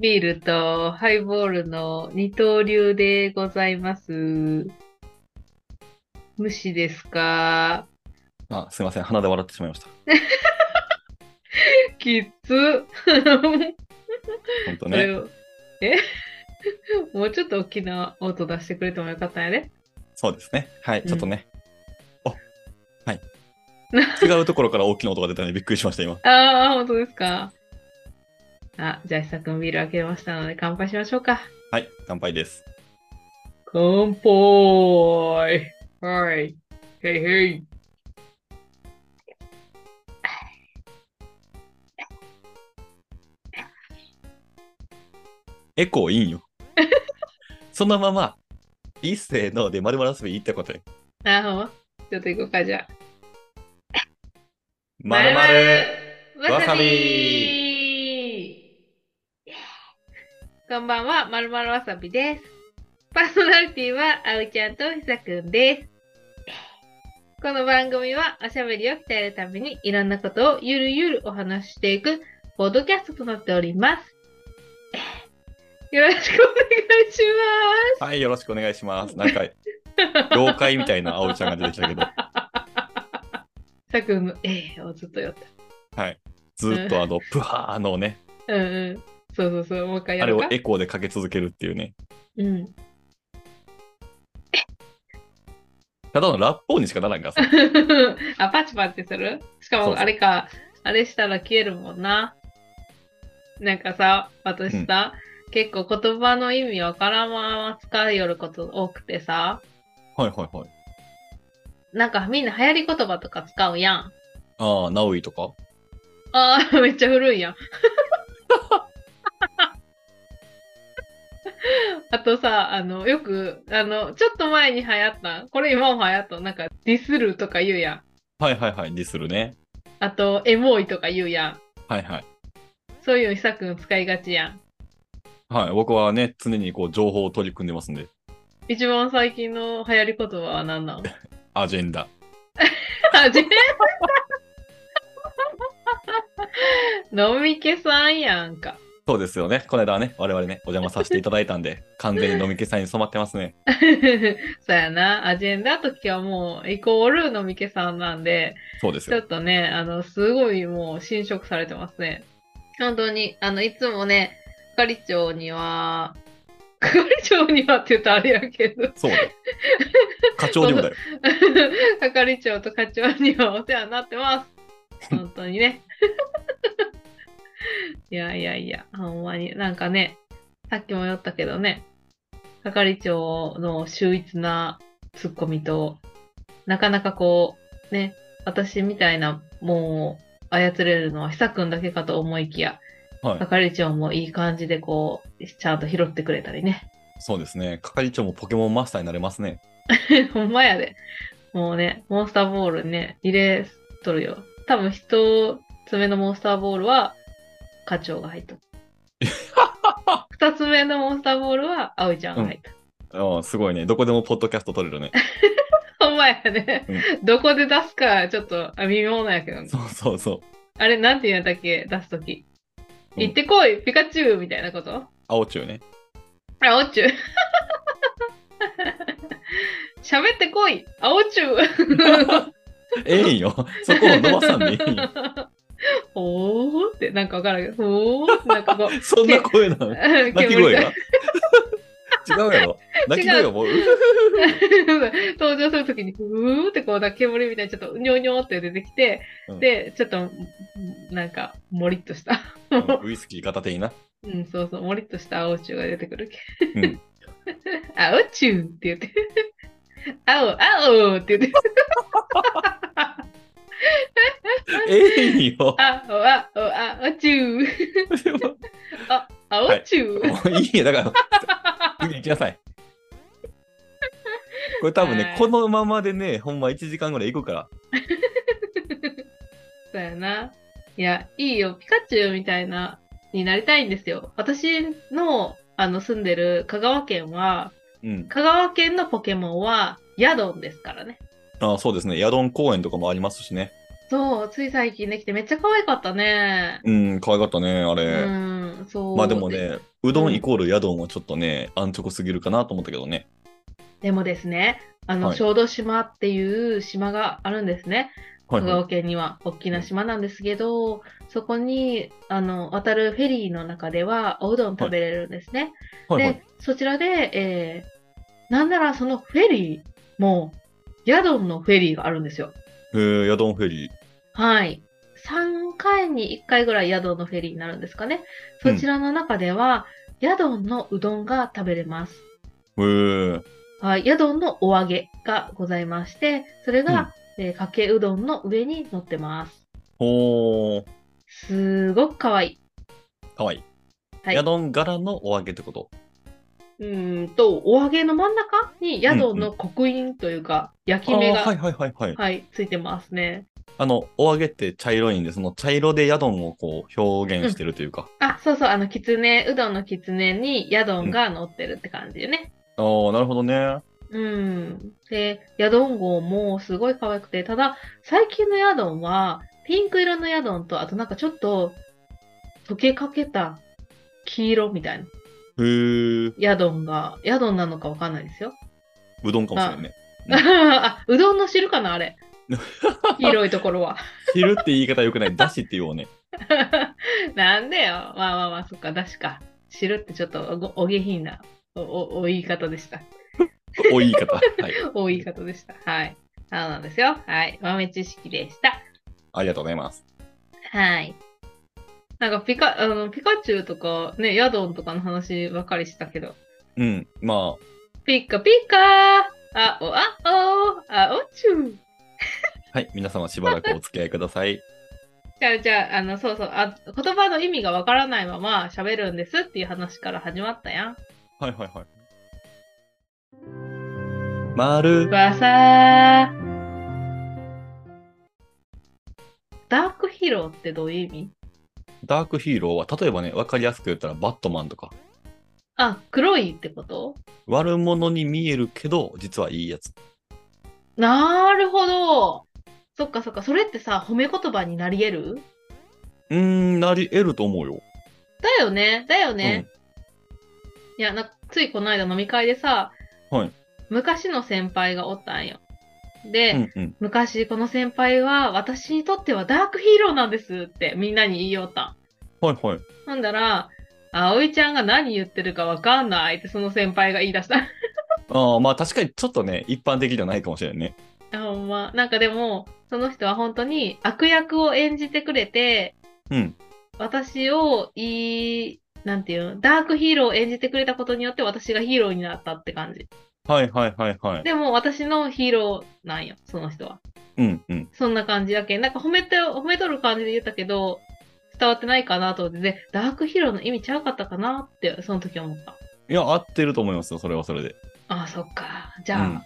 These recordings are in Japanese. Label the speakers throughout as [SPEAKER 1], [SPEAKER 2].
[SPEAKER 1] ビールとハイボールの二刀流でございます。無視ですか
[SPEAKER 2] あ、すいません。鼻で笑ってしまいました。
[SPEAKER 1] きっつ。こ
[SPEAKER 2] 本当
[SPEAKER 1] れ
[SPEAKER 2] ね。
[SPEAKER 1] をえ もうちょっと大きな音出してくれてもよかったんやね。
[SPEAKER 2] そうですね。はい、
[SPEAKER 1] うん
[SPEAKER 2] ちょっとね。あ、 はい。違うところから大きな音が出たのでびっくりしました、今。
[SPEAKER 1] ああ、本当ですか。あ、じゃあ久くんビール開けましたので乾杯しましょうか。
[SPEAKER 2] はい、乾杯です。
[SPEAKER 1] 乾杯はい。へいへい。
[SPEAKER 2] エコーいいんよ。 そのまま、一世ので丸々遊び行ったことよ。
[SPEAKER 1] あ、ほんま。ちょっと行こうか、じゃあ。
[SPEAKER 2] まるまる。
[SPEAKER 1] わ
[SPEAKER 2] わ
[SPEAKER 1] さ
[SPEAKER 2] さ
[SPEAKER 1] びこんばんは、まるまるわさびです。パーソナリティは、あうちゃんとひさくんです。この番組は、おしゃべりを鍛えるために、いろんなことをゆるゆるお話ししていく、ポッドキャストとなっております。よろしくお願いし
[SPEAKER 2] はい、よろしくお願いします。 なんか、妖怪みたいな葵ちゃんが出てきたけど、
[SPEAKER 1] ます。さくんの、ええをずっとやった。
[SPEAKER 2] はい。ずっとあの、プハーのね、
[SPEAKER 1] うんうん。そうそうそう、もう一回や
[SPEAKER 2] あれ
[SPEAKER 1] る
[SPEAKER 2] を
[SPEAKER 1] か。
[SPEAKER 2] エコーでかけ続けるっていうね。
[SPEAKER 1] うん。
[SPEAKER 2] ただのラップ音にしかなら んからさ。
[SPEAKER 1] あ、パチパチするしか
[SPEAKER 2] そうそう
[SPEAKER 1] も、あれか、あれしたら消えるもんな。なんかさ、私さ、結構言葉の意味わからんまま使いよること多くてさ、
[SPEAKER 2] はいはいはい。
[SPEAKER 1] なんかみんな流行り言葉とか使うやん。
[SPEAKER 2] ああ、ナウイとか
[SPEAKER 1] ああ、 めっちゃ古いやん。あとさ、あの、よく、あの、ちょっと前に流行った、これ今も流行った、なんかディスるとか言うやん。
[SPEAKER 2] はいはいはい、ディスるね。
[SPEAKER 1] あと、エモいとか言うやん。
[SPEAKER 2] はいはい。
[SPEAKER 1] そういうの久くん使いがちやん。
[SPEAKER 2] はい、僕はね、常にこう、情報を取り組んでますんで、
[SPEAKER 1] 一番最近の流行り言葉は何 なの
[SPEAKER 2] アジェンダ。
[SPEAKER 1] あ、ジェンダ ー飲み気さんやんか。
[SPEAKER 2] そうですよね。この間はね、我々ね、お邪魔させていただいたん で、完全に飲み気さんに染まってますね。
[SPEAKER 1] そうやな。アジェンダー時はもうイコール飲み気さんなんで、
[SPEAKER 2] そうです
[SPEAKER 1] ちょ
[SPEAKER 2] よ。
[SPEAKER 1] っとね、あの、すごいもう侵食されてますね。本当に、あの、いつもね、係長には、係長にはって言ったらあれやけど、
[SPEAKER 2] そうだよ。課長にもだよ。
[SPEAKER 1] 係長と課長にはお世話になって ます。本当にね。 いやいやいや、ほんまに。なんかね、さっきも言ったけどね、係長の秀逸なツッコミと、なかなかこう、ね、私みたいなもう操れるのは久くんだけかと思いきや、
[SPEAKER 2] はい。
[SPEAKER 1] 係長もいい感じでこう、ちゃんと拾ってくれたりね。
[SPEAKER 2] そうですね。係長もポケモンマスターになれますね。
[SPEAKER 1] ほんまやで。もうね、モンスターボールね、入れとるよ。多分一つ目のモンスターボールは、課長が入った。 二つ目のモンスターボールは、葵ちゃんが入った。
[SPEAKER 2] うん、すごいね。どこでもポッドキャスト取れるね。
[SPEAKER 1] ほんまやね。
[SPEAKER 2] う
[SPEAKER 1] どこで出すか、ちょっとあ微妙なんやけど、
[SPEAKER 2] そうそうそう。
[SPEAKER 1] あれ、なんて言うんだっけ、出すとき。
[SPEAKER 2] うん
[SPEAKER 1] 行ってこい、ピカチュウみたいなこと
[SPEAKER 2] 青中ね。
[SPEAKER 1] あおちゅう。 喋ってこい、あおちゅう。
[SPEAKER 2] ええんよ。そこを伸ばさんでいいんよ。
[SPEAKER 1] おーって、なんかわからんけど、おーって、なんかこう、
[SPEAKER 2] そんな声なの泣き
[SPEAKER 1] 煙
[SPEAKER 2] 声
[SPEAKER 1] が
[SPEAKER 2] が違うやろ。泣き声はもう、うふふ
[SPEAKER 1] 登場するときに、うーってこう、なんか煙みたいにちょっと、にょにょって出てきて、
[SPEAKER 2] うん
[SPEAKER 1] で、ちょっと、なんか、もりっとした。
[SPEAKER 2] うんウイスキー片手にな。
[SPEAKER 1] うん、そうそう、もりっとした青宙が出てくるけ。
[SPEAKER 2] うん
[SPEAKER 1] 青宙って言って、青、青って言って、
[SPEAKER 2] ええん よ。
[SPEAKER 1] 青、青、青宙、青宙。
[SPEAKER 2] もう いいよ、だから、次行きなさい。これ多分
[SPEAKER 1] は
[SPEAKER 2] ね
[SPEAKER 1] い、
[SPEAKER 2] このままでね、ほんま1時間ぐらい行くから。
[SPEAKER 1] そうやな。いや、いいよ、ピカチュウみたいな、になりたいんですよ。私の、あの、住んでる香川県は、
[SPEAKER 2] うん。
[SPEAKER 1] 香川県のポケモンは、ヤドンですからね。
[SPEAKER 2] あそうですね、ヤドン公園とかもありますしね。
[SPEAKER 1] そう、つい最近できてめっちゃ可愛かったね。
[SPEAKER 2] うん、可愛かったね、あれ。
[SPEAKER 1] うん、そう。
[SPEAKER 2] まあでも。ね、うどんイコール宿はちょっとね、安直すぎるかなと思ったけどね。
[SPEAKER 1] でもですね、あの、
[SPEAKER 2] はい
[SPEAKER 1] 小豆島っていう島があるんですね。
[SPEAKER 2] はい、
[SPEAKER 1] 香
[SPEAKER 2] はい。
[SPEAKER 1] 川県には大きな島なんですけど、そこに、あの、渡るフェリーの中では、おうどん食べれるんですね。
[SPEAKER 2] はい、はい
[SPEAKER 1] で。、そちらで、えー、なんならそのフェリーも、ヤドンのフェリーがあるんですよ。
[SPEAKER 2] えー、宿のフェリー。
[SPEAKER 1] はい。3回に1回ぐらいヤドンのフェリーになるんですかね。そちらの中では、ヤドンのうどんが食べれます。
[SPEAKER 2] えー、
[SPEAKER 1] はい。ヤドンのお揚げがございまして、それが、えーかけうどんの上に乗ってます。
[SPEAKER 2] ほー、
[SPEAKER 1] すごくかわいい。
[SPEAKER 2] かわいい。
[SPEAKER 1] はい
[SPEAKER 2] 宿の柄のお揚げってこと。
[SPEAKER 1] うーんと、お揚げの真ん中にヤドンの刻印というか、焼き目が、
[SPEAKER 2] あーはいはいはいはい。
[SPEAKER 1] はい、ついてますね。
[SPEAKER 2] あの、お揚げって茶色いんで、その茶色で宿をこう表現してるというか。
[SPEAKER 1] あ、そうそう、あの、きつね、うどんのきつねに、やどんが乗ってるって感じよね。
[SPEAKER 2] ああ、なるほどね。
[SPEAKER 1] うん。で、やどん号もすごい可愛くて、ただ、最近のやどんは、ピンク色のやどんと、あとなんかちょっと、溶けかけた黄色みたいな
[SPEAKER 2] へー、
[SPEAKER 1] やどんが、やどんなのかわかんないですよ。
[SPEAKER 2] うどんかもしれないね。
[SPEAKER 1] あ、うどんの汁かな、あれ。黄色いところは。
[SPEAKER 2] 汁って言い方よくない。だしって言おうね。
[SPEAKER 1] なんでよ。まあまあまあ、そっか、だしか。汁ってちょっとごお下品なおおお言い方でした。
[SPEAKER 2] お言い 方。はい。
[SPEAKER 1] 多い方でした。はい。そうなんですよ。はい。豆知識でした。
[SPEAKER 2] ありがとうございます。
[SPEAKER 1] はい。なんかピカ、あの、ピカチュウとか、ね、ヤドンとかの話ばかりしたけど、
[SPEAKER 2] うん。まあ、
[SPEAKER 1] ピカピカーあおあおあおちゅう
[SPEAKER 2] はい。皆様しばらくお付き合いください。
[SPEAKER 1] じゃあじゃあ、あの、そうそう、あ言葉の意味がわからないまま喋るんですっていう話から始まったやん。
[SPEAKER 2] はいはいはい。まる。
[SPEAKER 1] バサーダークヒーローってどういう意味
[SPEAKER 2] ダークヒーローは、例えばね、わかりやすく言ったら、バットマンとか、
[SPEAKER 1] あ、黒いってこと
[SPEAKER 2] 悪者に見えるけど、実はいいやつ。
[SPEAKER 1] なるほど。そっかそっか。それってさ、褒め言葉になり得る
[SPEAKER 2] うーん、なり得ると思うよ。
[SPEAKER 1] だよね。だよね。いや、なんか、ついこの間飲み会でさ、
[SPEAKER 2] はい
[SPEAKER 1] 昔の先輩がおったんよ。で、
[SPEAKER 2] うんうん。
[SPEAKER 1] 昔この先輩は私にとってはダークヒーローなんですってみんなに言いよった
[SPEAKER 2] はいはい。
[SPEAKER 1] ん。なんだら、葵ちゃんが何言ってるかわかんないってその先輩が言い出した。
[SPEAKER 2] ああ、まあ確かにちょっとね、一般的じゃないかもしれないね。
[SPEAKER 1] あほんま。なんかでも、その人は本当に悪役を演じてくれて、
[SPEAKER 2] うん。
[SPEAKER 1] 私をいい、なんていうの、ダークヒーローを演じてくれたことによって私がヒーローになったって感じ。
[SPEAKER 2] はいはいはいはい。
[SPEAKER 1] でも私のヒーローなんよ、その人は。
[SPEAKER 2] うんうん。
[SPEAKER 1] そんな感じだけん。なんか褒めて、褒めとる感じで言ったけど、伝わってないかなと思って、で、ダークヒーローの意味ちゃうかったかなって、その時思った。
[SPEAKER 2] いや、合ってると思いますよ、それはそれで。
[SPEAKER 1] ああ、そっか。じゃあ、
[SPEAKER 2] うん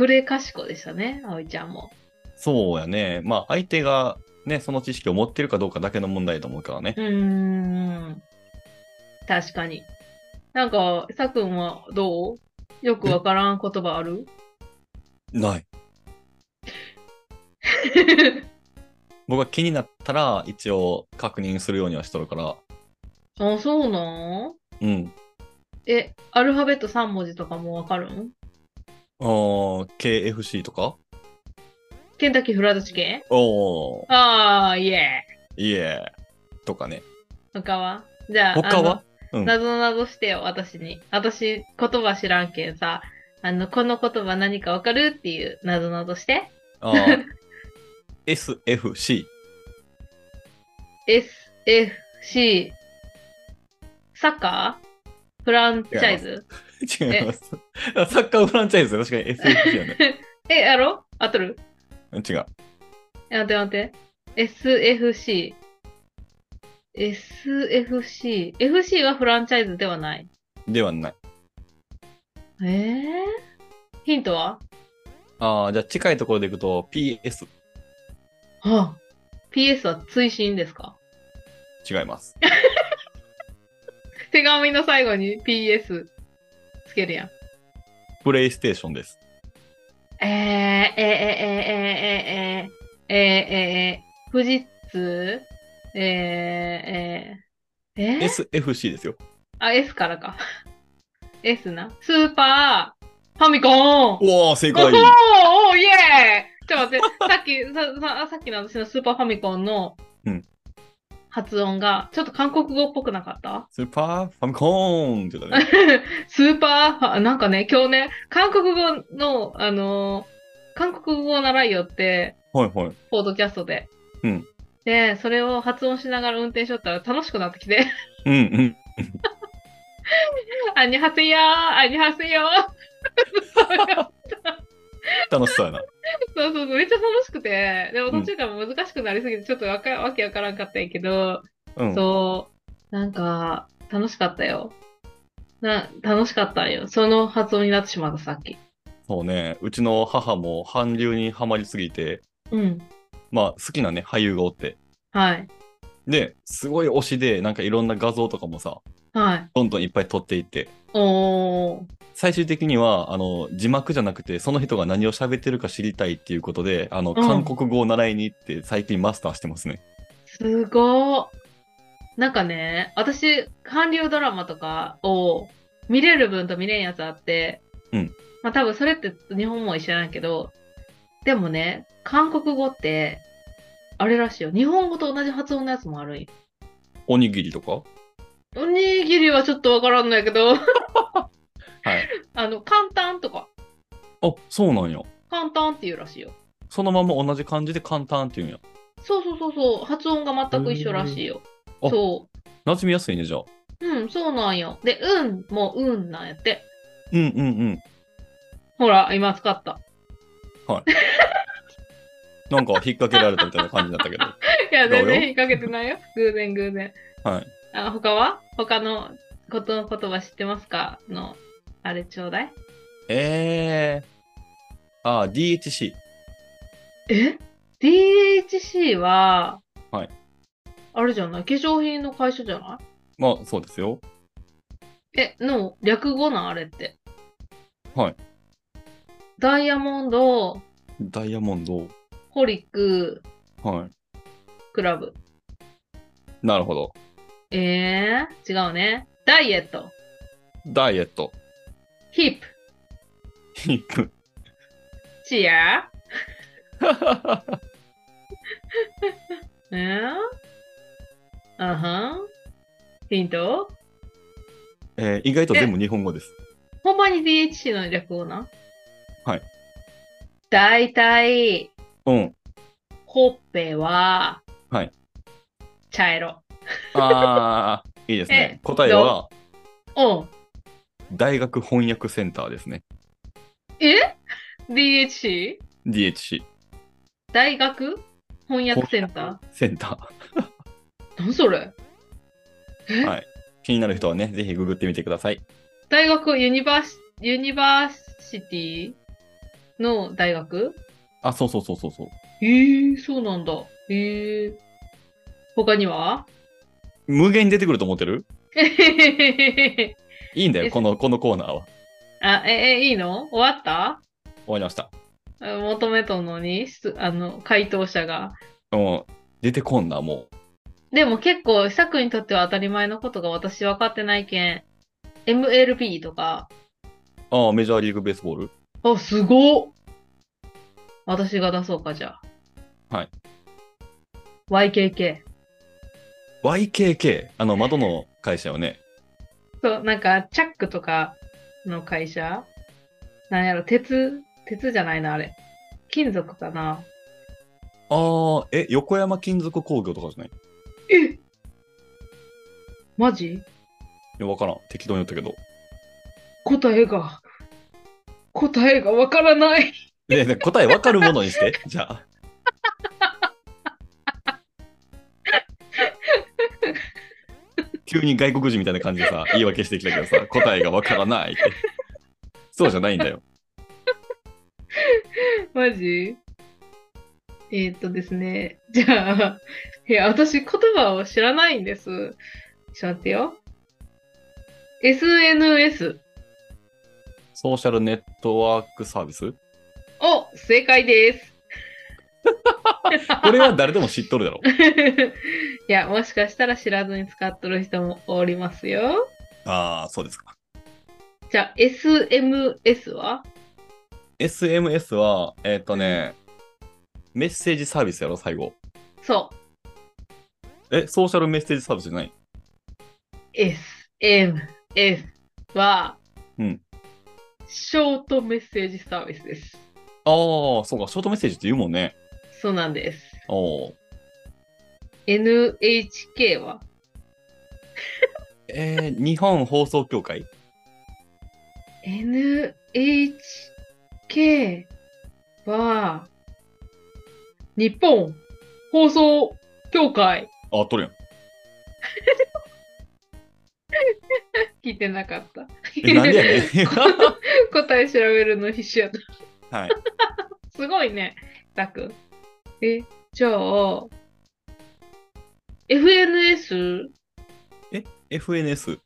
[SPEAKER 1] 隠れ賢でしたね、葵ちゃんも。
[SPEAKER 2] そうやね。まあ相手がね、その知識を持ってるかどうかだけの問題だと思うからね
[SPEAKER 1] う。ーん。確かに。なんか、さくんはどうよくわからん言葉ある
[SPEAKER 2] ない。僕は気になったら、一応確認するようにはしとるから。
[SPEAKER 1] あ、そうなん
[SPEAKER 2] うん。
[SPEAKER 1] え、アルファベット3文字とかもわかるん
[SPEAKER 2] あー KFC とか
[SPEAKER 1] ケンタッキーフライドチキン
[SPEAKER 2] おー、
[SPEAKER 1] ああ、イエ
[SPEAKER 2] いえ。とかね。
[SPEAKER 1] ー。他はじゃあ、
[SPEAKER 2] 他 は
[SPEAKER 1] あ
[SPEAKER 2] う
[SPEAKER 1] の
[SPEAKER 2] ん
[SPEAKER 1] なぞなぞしてよ、私に。私、言葉知らんけんさ。あの、この言葉何かわかるっていうなぞなぞして。
[SPEAKER 2] あー SFC。
[SPEAKER 1] S, F, C。サッカーフランチャイズ
[SPEAKER 2] 違います。 サッカーフランチャイズ、確かに SFC やね。
[SPEAKER 1] え、やろ合っとる
[SPEAKER 2] 違う。
[SPEAKER 1] え待って待って。SFC。SFC。FC はフランチャイズではない。
[SPEAKER 2] ではない。
[SPEAKER 1] えー、ヒントは
[SPEAKER 2] ああ、じゃあ近いところでいくと PS
[SPEAKER 1] はあ、PS は追伸ですか
[SPEAKER 2] 違います。
[SPEAKER 1] 手紙の最後に PS つけるやん。
[SPEAKER 2] プレイステーションです。
[SPEAKER 1] えー、えー、えー、えー、えー、えー、えー、えー、えー、富士通えー、ええ
[SPEAKER 2] SFC ですよ。
[SPEAKER 1] あ、S からか。S な。スーパー、ファミコン
[SPEAKER 2] おお、正
[SPEAKER 1] お
[SPEAKER 2] 解。
[SPEAKER 1] おおイエーイちょっと待って、さっき、さささっきの私のスーパーファミコンの
[SPEAKER 2] うん
[SPEAKER 1] 発音が、ちょっと韓国語っぽくなかった
[SPEAKER 2] スーパーファミコーンって言 ったね。
[SPEAKER 1] スーパーファ、なんかね、今日ね、韓国語の、あのー韓国語を習いよって、
[SPEAKER 2] はいはい。
[SPEAKER 1] ポードキャストで。
[SPEAKER 2] うん
[SPEAKER 1] で、それを発音しながら運転しとったら楽しくなってきて、
[SPEAKER 2] うんうん。
[SPEAKER 1] あにはせよーあにはせよー
[SPEAKER 2] 楽しそうやな。
[SPEAKER 1] そうそうそう、めっちゃ楽しくて、でも
[SPEAKER 2] うん
[SPEAKER 1] 途中から難しくなりすぎて、ちょっとわかわけわからんかったんやけど、
[SPEAKER 2] うん。
[SPEAKER 1] そう、なんか、楽しかったよ。な、楽しかったんよ。その発音になってしまった、さっき。
[SPEAKER 2] そうね。うちの母も韓流にはまりすぎて、
[SPEAKER 1] うん。
[SPEAKER 2] まあ好きなね、俳優がおって。
[SPEAKER 1] はい。
[SPEAKER 2] で、すごい推しで、なんかいろんな画像とかもさ、
[SPEAKER 1] はい。
[SPEAKER 2] どんどんいっぱい撮っていって、
[SPEAKER 1] おー。
[SPEAKER 2] 最終的には、あの、字幕じゃなくて、その人が何を喋ってるか知りたいっていうことで、あの、韓国語を習いに行って、最近マスターしてますね。
[SPEAKER 1] すごー。なんかね、私、韓流ドラマとかを見れる分と見れんやつあって、
[SPEAKER 2] うん。
[SPEAKER 1] まあ多分それって日本も一緒なんやけど、でもね、韓国語って、あれらしいよ。日本語と同じ発音のやつもあるんよ
[SPEAKER 2] おにぎりとか
[SPEAKER 1] おにぎりはちょっとわからんのやけ ど、
[SPEAKER 2] はい。
[SPEAKER 1] あの、簡単とか、
[SPEAKER 2] あ、そうなんや。
[SPEAKER 1] 簡単っていうらしいよ。
[SPEAKER 2] そのまま同じ漢字で簡単って言うんや。
[SPEAKER 1] そうそうそうそう、発音が全く一緒らしいよ。
[SPEAKER 2] へーあ
[SPEAKER 1] そ
[SPEAKER 2] 馴染みやすいね、じゃあ。
[SPEAKER 1] う。うん、そうなんよ。で、うんもうんなんやって。
[SPEAKER 2] うんうんうん。
[SPEAKER 1] ほら、今使った。
[SPEAKER 2] なんか引っ掛けられたみたいな感じだったけど。
[SPEAKER 1] いや、
[SPEAKER 2] どうよ
[SPEAKER 1] 全然引っ掛けてない よ。偶然、偶然。
[SPEAKER 2] はい。
[SPEAKER 1] あ、他は他のことの言葉知ってますかの、あれちょうだい。
[SPEAKER 2] えー。あー、DHC。
[SPEAKER 1] え ?DHC は、
[SPEAKER 2] はい。
[SPEAKER 1] あれじゃない化粧品の会社じゃな
[SPEAKER 2] まあ、そうですよ。
[SPEAKER 1] いえ、の略語なんあれって。
[SPEAKER 2] はい。
[SPEAKER 1] ダイヤモンド、
[SPEAKER 2] ダイヤモンド。
[SPEAKER 1] ホリック、
[SPEAKER 2] は
[SPEAKER 1] クラブ。
[SPEAKER 2] い。なるほど。
[SPEAKER 1] えー、違うね。ダイエット、
[SPEAKER 2] ダイエット。
[SPEAKER 1] ヒップ、
[SPEAKER 2] ヒップ。
[SPEAKER 1] チアえー、あはんヒント
[SPEAKER 2] えー、意外と全部日本語です。
[SPEAKER 1] ほんまに DHC の略語な
[SPEAKER 2] はい。
[SPEAKER 1] 大体、
[SPEAKER 2] うん。
[SPEAKER 1] ほっぺは、
[SPEAKER 2] はい。
[SPEAKER 1] 茶色。
[SPEAKER 2] あー、いいですね。答えは、
[SPEAKER 1] うん。
[SPEAKER 2] 大学翻訳センターですね。
[SPEAKER 1] DHC?
[SPEAKER 2] DHC。
[SPEAKER 1] 大学翻訳センタ
[SPEAKER 2] センタ
[SPEAKER 1] ー何それ
[SPEAKER 2] ー。はい。気になる人はね、ぜひググってみてください。
[SPEAKER 1] 大学ユニバーシ、ユニバーシティの大学
[SPEAKER 2] あ、そうそうそうそうそう。
[SPEAKER 1] えー、そうなんだ。えー。他には
[SPEAKER 2] 無限に出てくると思ってる
[SPEAKER 1] あ、
[SPEAKER 2] いいんだよ、
[SPEAKER 1] です
[SPEAKER 2] この、このコーナーは。
[SPEAKER 1] え、え、いいの終わった
[SPEAKER 2] 終わりました。
[SPEAKER 1] 求めとんのに、すあの、回答者が。
[SPEAKER 2] もう、出てこんな、も
[SPEAKER 1] でも結構、サクにとっては当たり前のことが私分かってないけん、MLB とか、
[SPEAKER 2] う。ああ、メジャーリーグベースボール
[SPEAKER 1] あ、すごっ私が出そうか、じゃあ。
[SPEAKER 2] はい。
[SPEAKER 1] YKK。
[SPEAKER 2] ?YKK。あの、窓の会社よね。
[SPEAKER 1] そう、なんか、チャックとかの会社なんやろ、鉄鉄じゃないな、あれ。金属かな
[SPEAKER 2] ああ、え、横山金属工業とかじゃないい
[SPEAKER 1] えマジ
[SPEAKER 2] や、わからん。適当に言ったけど。
[SPEAKER 1] 答えが、答えがわからない。
[SPEAKER 2] で、で答えわかるものにして。じゃあ。急に外国人みたいな感じでさ、言い訳してきたけどさ、答えがわからないって。そうじゃないんだよ。
[SPEAKER 1] マジえーっとですね。じゃあ、いや、私言葉を知らないんです。ちょっと待ってよ。SNS。
[SPEAKER 2] ソーシャルネットワークサービス
[SPEAKER 1] お、正解です。
[SPEAKER 2] これは誰でも知っとるだろう。
[SPEAKER 1] いや、もしかしたら知らずに使っとる人もおりますよ。
[SPEAKER 2] ああ、そうですか。
[SPEAKER 1] じゃあ、SMS は
[SPEAKER 2] SMS は、えーっ、とね、メッセージサービスやろ、最後。
[SPEAKER 1] そ。
[SPEAKER 2] え、ソーシャルメッセージサービスじゃないう
[SPEAKER 1] SMS は、
[SPEAKER 2] うん
[SPEAKER 1] ショートメッセージサービスです。
[SPEAKER 2] ああ、そうか、ショートメッセージって言うもんね。
[SPEAKER 1] そうなんです。
[SPEAKER 2] おー
[SPEAKER 1] NHK は
[SPEAKER 2] えー、日本放送協会。
[SPEAKER 1] NHK は、日本放送協会。
[SPEAKER 2] あ、とるやん。
[SPEAKER 1] 聞いてなかった。
[SPEAKER 2] え、なんでやねん
[SPEAKER 1] 答え調べるの必死やった。
[SPEAKER 2] はい。
[SPEAKER 1] すごいね、たくん。え、じゃあ、FNS?
[SPEAKER 2] FNS。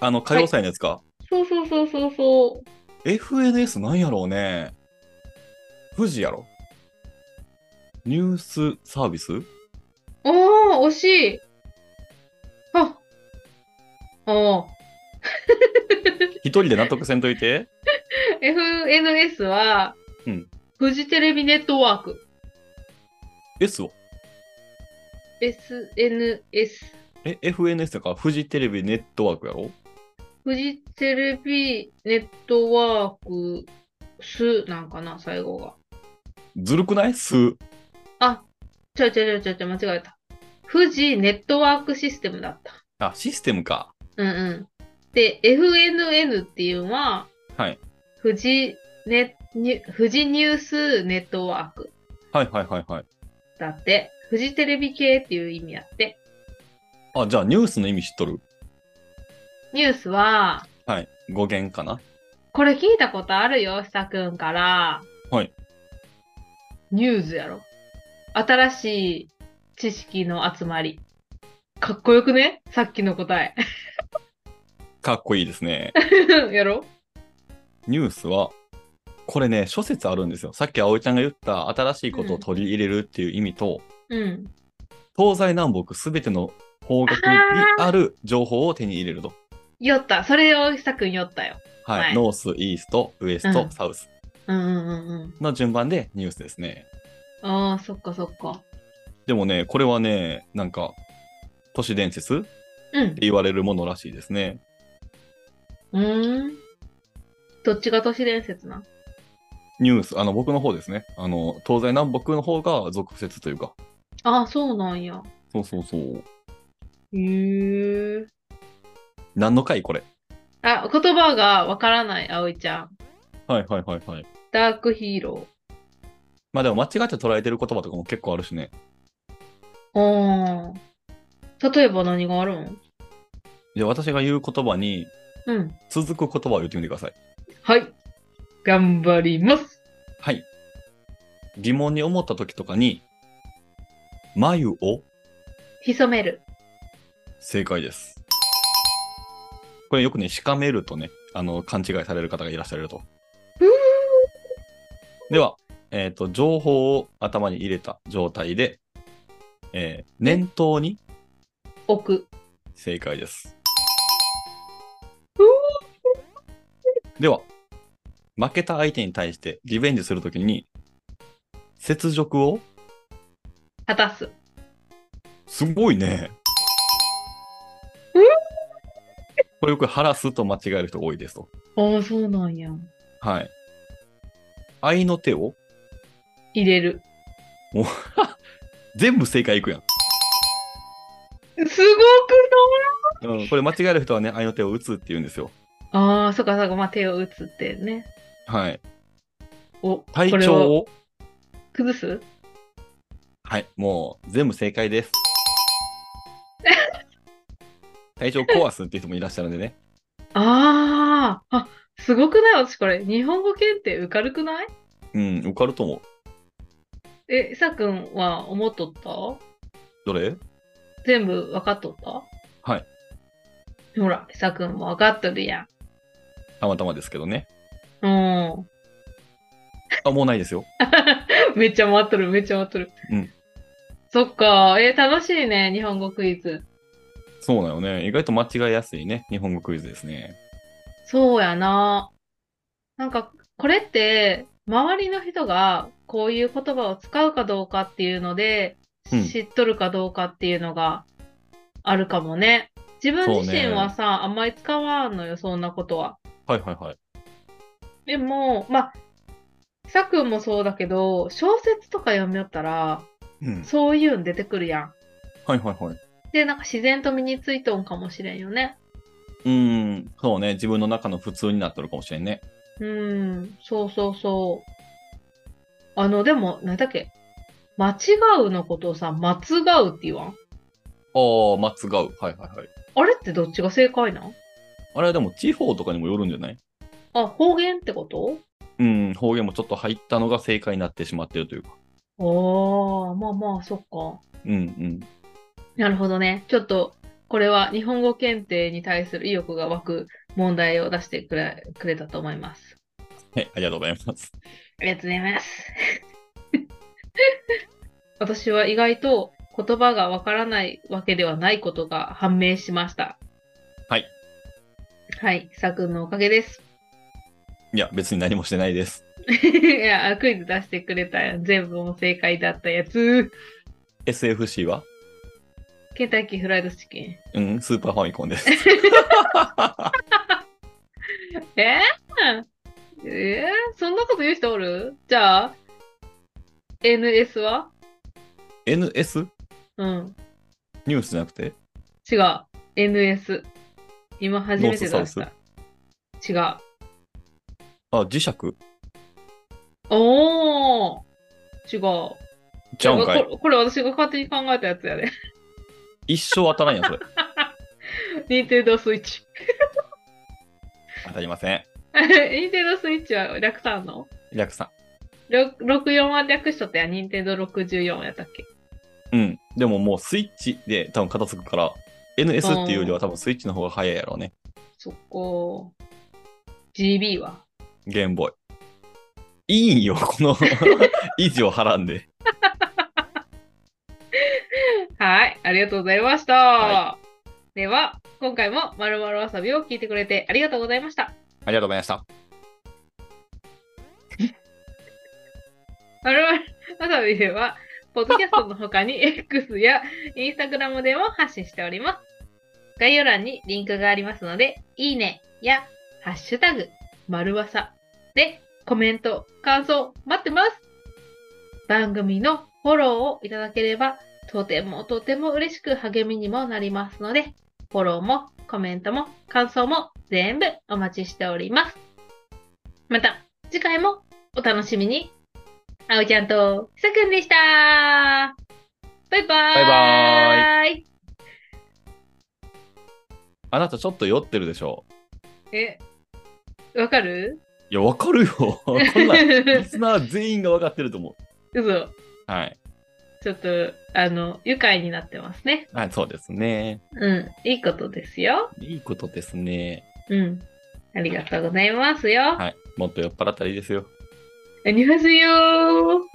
[SPEAKER 2] あの、歌謡祭のやつか。
[SPEAKER 1] そうそうそうそうそう。
[SPEAKER 2] FNS なんやろうね。富士やろ。ニュースサービス
[SPEAKER 1] おー、惜しい。あ、おー。
[SPEAKER 2] 一人で納得せんといて。
[SPEAKER 1] FNS は、
[SPEAKER 2] うん
[SPEAKER 1] フジテレビネットワーク。
[SPEAKER 2] S を。
[SPEAKER 1] SNS。
[SPEAKER 2] え、FNS だから、フジテレビネットワークやろ
[SPEAKER 1] フジテレビネットワークすなんかな、最後が。
[SPEAKER 2] ずるくないす。
[SPEAKER 1] あ、ちゃうちゃうちゃうちゃう、間違えた。富士ネットワークシステムだった。
[SPEAKER 2] あ、システムか。
[SPEAKER 1] うんうん。で、FNN っていうのは、
[SPEAKER 2] はい。
[SPEAKER 1] 富士ネ、ニュ富士ニュースネットワーク
[SPEAKER 2] はいはいはいはい。
[SPEAKER 1] だって、フジテレビ系っていう意味やって。
[SPEAKER 2] あ、じゃあ、ニュースの意味知っとる
[SPEAKER 1] ニュースは、
[SPEAKER 2] はい。語源かな
[SPEAKER 1] これ聞いたことあるよ、久くんから。
[SPEAKER 2] はい。
[SPEAKER 1] ニュースやろ。新しい知識の集まり。かっこよくねさっきの答え。
[SPEAKER 2] かっこいいですね。
[SPEAKER 1] やろ
[SPEAKER 2] ニュースは、これね、諸説あるんですよ。さっき葵ちゃんが言った新しいことを取り入れるっていう意味と、
[SPEAKER 1] うん。
[SPEAKER 2] 東西南北すべての方角にある情報を手に入れると。
[SPEAKER 1] 酔った。それを久くん酔ったよ。
[SPEAKER 2] はい。
[SPEAKER 1] はい
[SPEAKER 2] ノース、イースト、ウエスト、
[SPEAKER 1] うん
[SPEAKER 2] サウス
[SPEAKER 1] うんうんうんうん。
[SPEAKER 2] の順番でニュースですね。
[SPEAKER 1] ああ、そっかそっか。
[SPEAKER 2] でもね、これはね、なんか、都市伝説って
[SPEAKER 1] うん。
[SPEAKER 2] 言われるものらしいですね。
[SPEAKER 1] うーん。どっちが都市伝説なん
[SPEAKER 2] ニュース、あの、僕の方ですね。あの、東西南北の方が俗説というか。
[SPEAKER 1] ああ、そうなんや。
[SPEAKER 2] そうそうそう。
[SPEAKER 1] へえ。
[SPEAKER 2] 何の回これ
[SPEAKER 1] あ、言葉がわからない、葵ちゃん。
[SPEAKER 2] はいはいはいはい。
[SPEAKER 1] ダークヒーロ
[SPEAKER 2] まあでも間違って捉えてる言葉とかも結構あるしね。
[SPEAKER 1] ー。ああ。例えば何があるん
[SPEAKER 2] じゃあ私が言う言葉に
[SPEAKER 1] うん。
[SPEAKER 2] 続く言葉を言ってみてください。
[SPEAKER 1] はい。頑張ります。
[SPEAKER 2] はい。疑問に思った時とかに、眉を
[SPEAKER 1] 潜める。
[SPEAKER 2] 正解です。これよくね、しかめるとね、あの、勘違いされる方がいらっしゃると
[SPEAKER 1] うー。
[SPEAKER 2] では、えっ、と、情報を頭に入れた状態で、えー念頭に
[SPEAKER 1] 置く。
[SPEAKER 2] 正解です
[SPEAKER 1] う。
[SPEAKER 2] では、負けた相手に対してリベンジするときに、雪辱を、
[SPEAKER 1] 果たす。
[SPEAKER 2] すごいね
[SPEAKER 1] う。
[SPEAKER 2] これよく晴らすと間違える人が多いですと。
[SPEAKER 1] ああ、そうなんや。
[SPEAKER 2] はい。愛の手を、
[SPEAKER 1] 入れる。
[SPEAKER 2] 全部正解いくやん。
[SPEAKER 1] すごく
[SPEAKER 2] うん、これ間違える人はね、愛の手を打つって言うんですよ。
[SPEAKER 1] ないああ、そっかそっか。まあ、手を打つってね。
[SPEAKER 2] はい。
[SPEAKER 1] お、
[SPEAKER 2] 体
[SPEAKER 1] これ
[SPEAKER 2] 調を、
[SPEAKER 1] 崩す
[SPEAKER 2] はい、もう全部正 解です。体調壊すっていう人もいらっしゃるんでね。
[SPEAKER 1] ああ、あ、すごくない私これ。日本語検定受かるくない
[SPEAKER 2] うん、受かると思う。
[SPEAKER 1] え、さくんは思っとった
[SPEAKER 2] どれ
[SPEAKER 1] 全部分かっとった
[SPEAKER 2] はい。
[SPEAKER 1] ほら、さくんも分かっとるや
[SPEAKER 2] たまたまですけどね。
[SPEAKER 1] ん。うん。
[SPEAKER 2] あ、もうないですよ。
[SPEAKER 1] めっちゃ回っとる、めっちゃ回っとる。
[SPEAKER 2] うん。
[SPEAKER 1] そっか。えー楽しいね、日本語クイズ。
[SPEAKER 2] そうなのね。意外と間違いやすいね。日本語クイズですね。
[SPEAKER 1] そうやな。なんか、これって、周りの人がこういう言葉を使うかどうかっていうので、
[SPEAKER 2] うん
[SPEAKER 1] 知っとるかどうかっていうのがあるかもね。自分自身
[SPEAKER 2] そうね
[SPEAKER 1] はさ、あんまり使わんのよ、そんなことは。
[SPEAKER 2] はいはいはい。
[SPEAKER 1] でも、まあ、さくんもそうだけど、小説とか読みよったら、
[SPEAKER 2] うん。
[SPEAKER 1] そういうん出てくるやん。
[SPEAKER 2] はいはいはい。
[SPEAKER 1] で、なんか自然と身についとんかもしれんよね。
[SPEAKER 2] うん。そうね。自分の中の普通になっとるかもしれんね。
[SPEAKER 1] うん、そうそうそう。あの、でも、なんだっけ間違うのことをさ、間違うって言わん
[SPEAKER 2] ああ、間違う。はいはいはい。
[SPEAKER 1] あれってどっちが正解なん
[SPEAKER 2] あれはでも地方とかにもよるんじゃない
[SPEAKER 1] あ、方言ってこと
[SPEAKER 2] うん。方言もちょっと入ったのが正解になってしまってるというか。
[SPEAKER 1] ああ、まあまあ、そっか。
[SPEAKER 2] うんうん。
[SPEAKER 1] なるほどね。ちょっと、これは日本語検定に対する意欲が湧く問題を出してくれくれたと思います。
[SPEAKER 2] はい。ありがとうございます。
[SPEAKER 1] ありがとうございます。 私は意外と言葉がわからないわけではないことが判明しました。
[SPEAKER 2] はい。
[SPEAKER 1] はい、さくんのおかげです。
[SPEAKER 2] いや、別に何もしてないです。
[SPEAKER 1] いや、クイズ出してくれたやん全部もう正解だったやつ。
[SPEAKER 2] SFC は
[SPEAKER 1] ケンタッキーフライドチキン。
[SPEAKER 2] うん、スーパーファミコンです。
[SPEAKER 1] えー、えー、そんなこと言う人おるじゃあ、NS は
[SPEAKER 2] NS?
[SPEAKER 1] うん、
[SPEAKER 2] ニュースじゃなくて
[SPEAKER 1] 違う。NS。今初めて出
[SPEAKER 2] ノース
[SPEAKER 1] し
[SPEAKER 2] サウ
[SPEAKER 1] た。違う。
[SPEAKER 2] あ、磁石
[SPEAKER 1] おー違う。
[SPEAKER 2] ちゃうん
[SPEAKER 1] な
[SPEAKER 2] か
[SPEAKER 1] ん
[SPEAKER 2] い
[SPEAKER 1] かこ。れこれ私が勝手に考えたやつやで。
[SPEAKER 2] 一生当たらんやん、それ。
[SPEAKER 1] ニンテンドースイッ チ。
[SPEAKER 2] 当たりません。
[SPEAKER 1] ニンテンドースイッチは略さんの
[SPEAKER 2] 略さ
[SPEAKER 1] ろ64は略しとったやん。ニンテンドー64やったっけ
[SPEAKER 2] ん。うん。でももうスイッチで多分片付くから、NS っていうよりは多分スイッチの方が早いやろうね。
[SPEAKER 1] そこ。GB は
[SPEAKER 2] ゲームボーイ。いいん よ、この維持をはらんで。
[SPEAKER 1] はい。ありがとうございました。
[SPEAKER 2] は
[SPEAKER 1] では、今回もまるまるわさびを聞いてくれてありがとうございました。
[SPEAKER 2] ありがとうございました。
[SPEAKER 1] まるまるわさびでは、ポッドキャストの他に X や Instagram でも発信しております。概要欄にリンクがありますので、いいねや、ハッシュタグ、まるわさでコメント、感想待ってます。番組のフォローをいただければ、とてもとても嬉しく励みにもなりますので、フォローもコメントも感想も全部お待ちしております。また次回もお楽しみに。あおちゃんとひさくんでしたバイバーイ
[SPEAKER 2] バイバ
[SPEAKER 1] イ
[SPEAKER 2] あなたちょっと酔ってるでしょ。
[SPEAKER 1] え、わかる
[SPEAKER 2] いや、わか るよ。こんなん、リスナー全員がわかってると思
[SPEAKER 1] 嘘。
[SPEAKER 2] う。はい。
[SPEAKER 1] ちょっと、あの、愉快になってますね。
[SPEAKER 2] はい、そうですね。
[SPEAKER 1] うん。いいことですよ。
[SPEAKER 2] いいことですね。
[SPEAKER 1] うん。ありがとうございますよ。
[SPEAKER 2] はい。もっと酔っ払ったらいいですよ。
[SPEAKER 1] 안녕하세요.